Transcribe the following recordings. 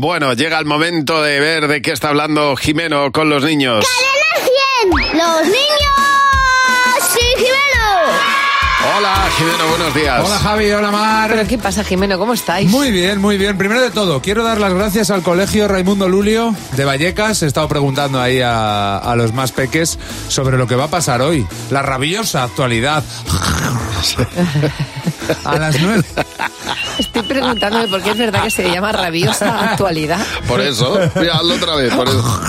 Bueno, llega el momento de ver de qué está hablando Jimeno con los niños. ¡Los niños! ¡Sí, Hola, Jimeno, buenos días. Hola Javi, hola Mar. ¿Pero qué pasa, Jimeno? ¿Cómo estáis? Muy bien, muy bien. Primero de todo, quiero dar las gracias al Colegio Raimundo Lulio de Vallecas. He estado preguntando ahí a, a los más peques sobre lo que va a pasar hoy. La rabiosa actualidad. A las nueve. Estoy preguntándome por qué es verdad que se le llama rabiosa actualidad. Por eso, mira, hazlo otra vez, por eso.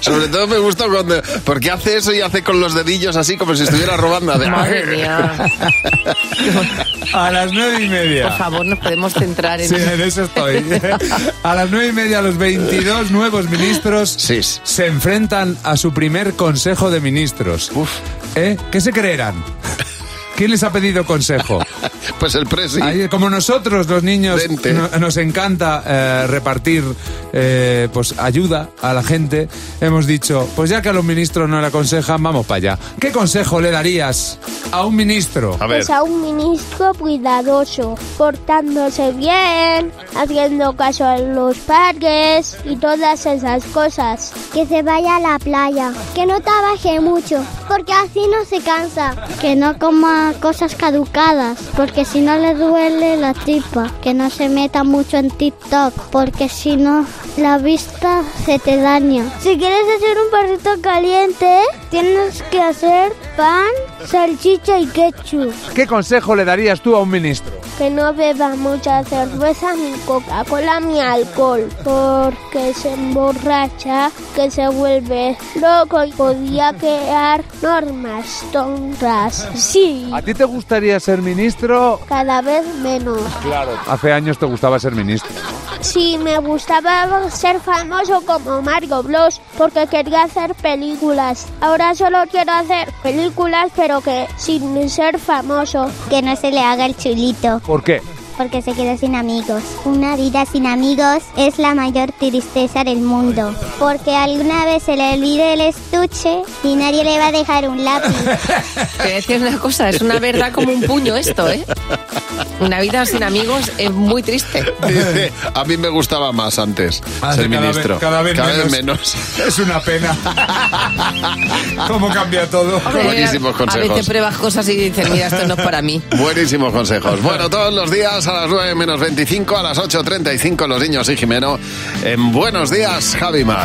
Sobre todo me gusta cuando... Porque hace eso y hace con los dedillos así como si estuviera robando. Hace- Madre mía. A las nueve y media. Por favor, nos podemos centrar en... Sí, en eso estoy. A las nueve y media, los 22 nuevos ministros Sí, sí. se enfrentan a su primer Consejo de Ministros. Uf. ¿Eh? ¿Qué se creerán? ¿Quién les ha pedido consejo? Pues el presi. Ahí, como nosotros, los niños, Dente. no- nos encanta eh, repartir eh, pues ayuda a la gente, hemos dicho, pues ya que a los ministros no le aconsejan, vamos para allá. ¿Qué consejo le darías a un ministro? A ver, Pues a un ministro cuidadoso, portándose bien, haciendo caso a los padres y todas esas cosas. Que se vaya a la playa. Que no trabaje mucho, porque así no se cansa. Que no coma cosas caducadas, porque si no le duele la tripa. Que no se meta mucho en TikTok, porque si no la vista se te daña. Si quieres hacer un perrito caliente, tienes que hacer pan, salchicha y ketchup. ¿Qué consejo le darías tú a un ministro? Que no beba mucha cerveza, ni Coca-Cola, ni alcohol. Porque se emborracha, que se vuelve loco y podía crear normas tontas. Sí, ¿A ti te gustaría ser ministro? cada vez menos. Claro. Hace años te gustaba ser ministro. Sí, me gustaba ser famoso como Mario Bros porque quería hacer películas. Ahora solo quiero hacer películas pero que sin ser famoso. Que no se le haga el chulito. ¿Por qué? porque se quedó sin amigos. Una vida sin amigos es la mayor tristeza del mundo, porque alguna vez se le olvide el estuche y nadie le va a dejar un lápiz. Te voy a decir una cosa, es una verdad como un puño esto, ¿eh? Una vida sin amigos es muy triste. dice, a mí me gustaba más antes Hace ser Ah, cada ministro. vez- cada vez menos. menos. Es una pena. ¿Cómo cambia todo? Hombre, Buenísimos consejos. A veces pruebas cosas y dices, mira, esto no es para mí. Buenísimos consejos. Bueno, todos los días a las 9 menos 25, a las 8.35 los niños y Jimeno. En Buenos días, Javimar.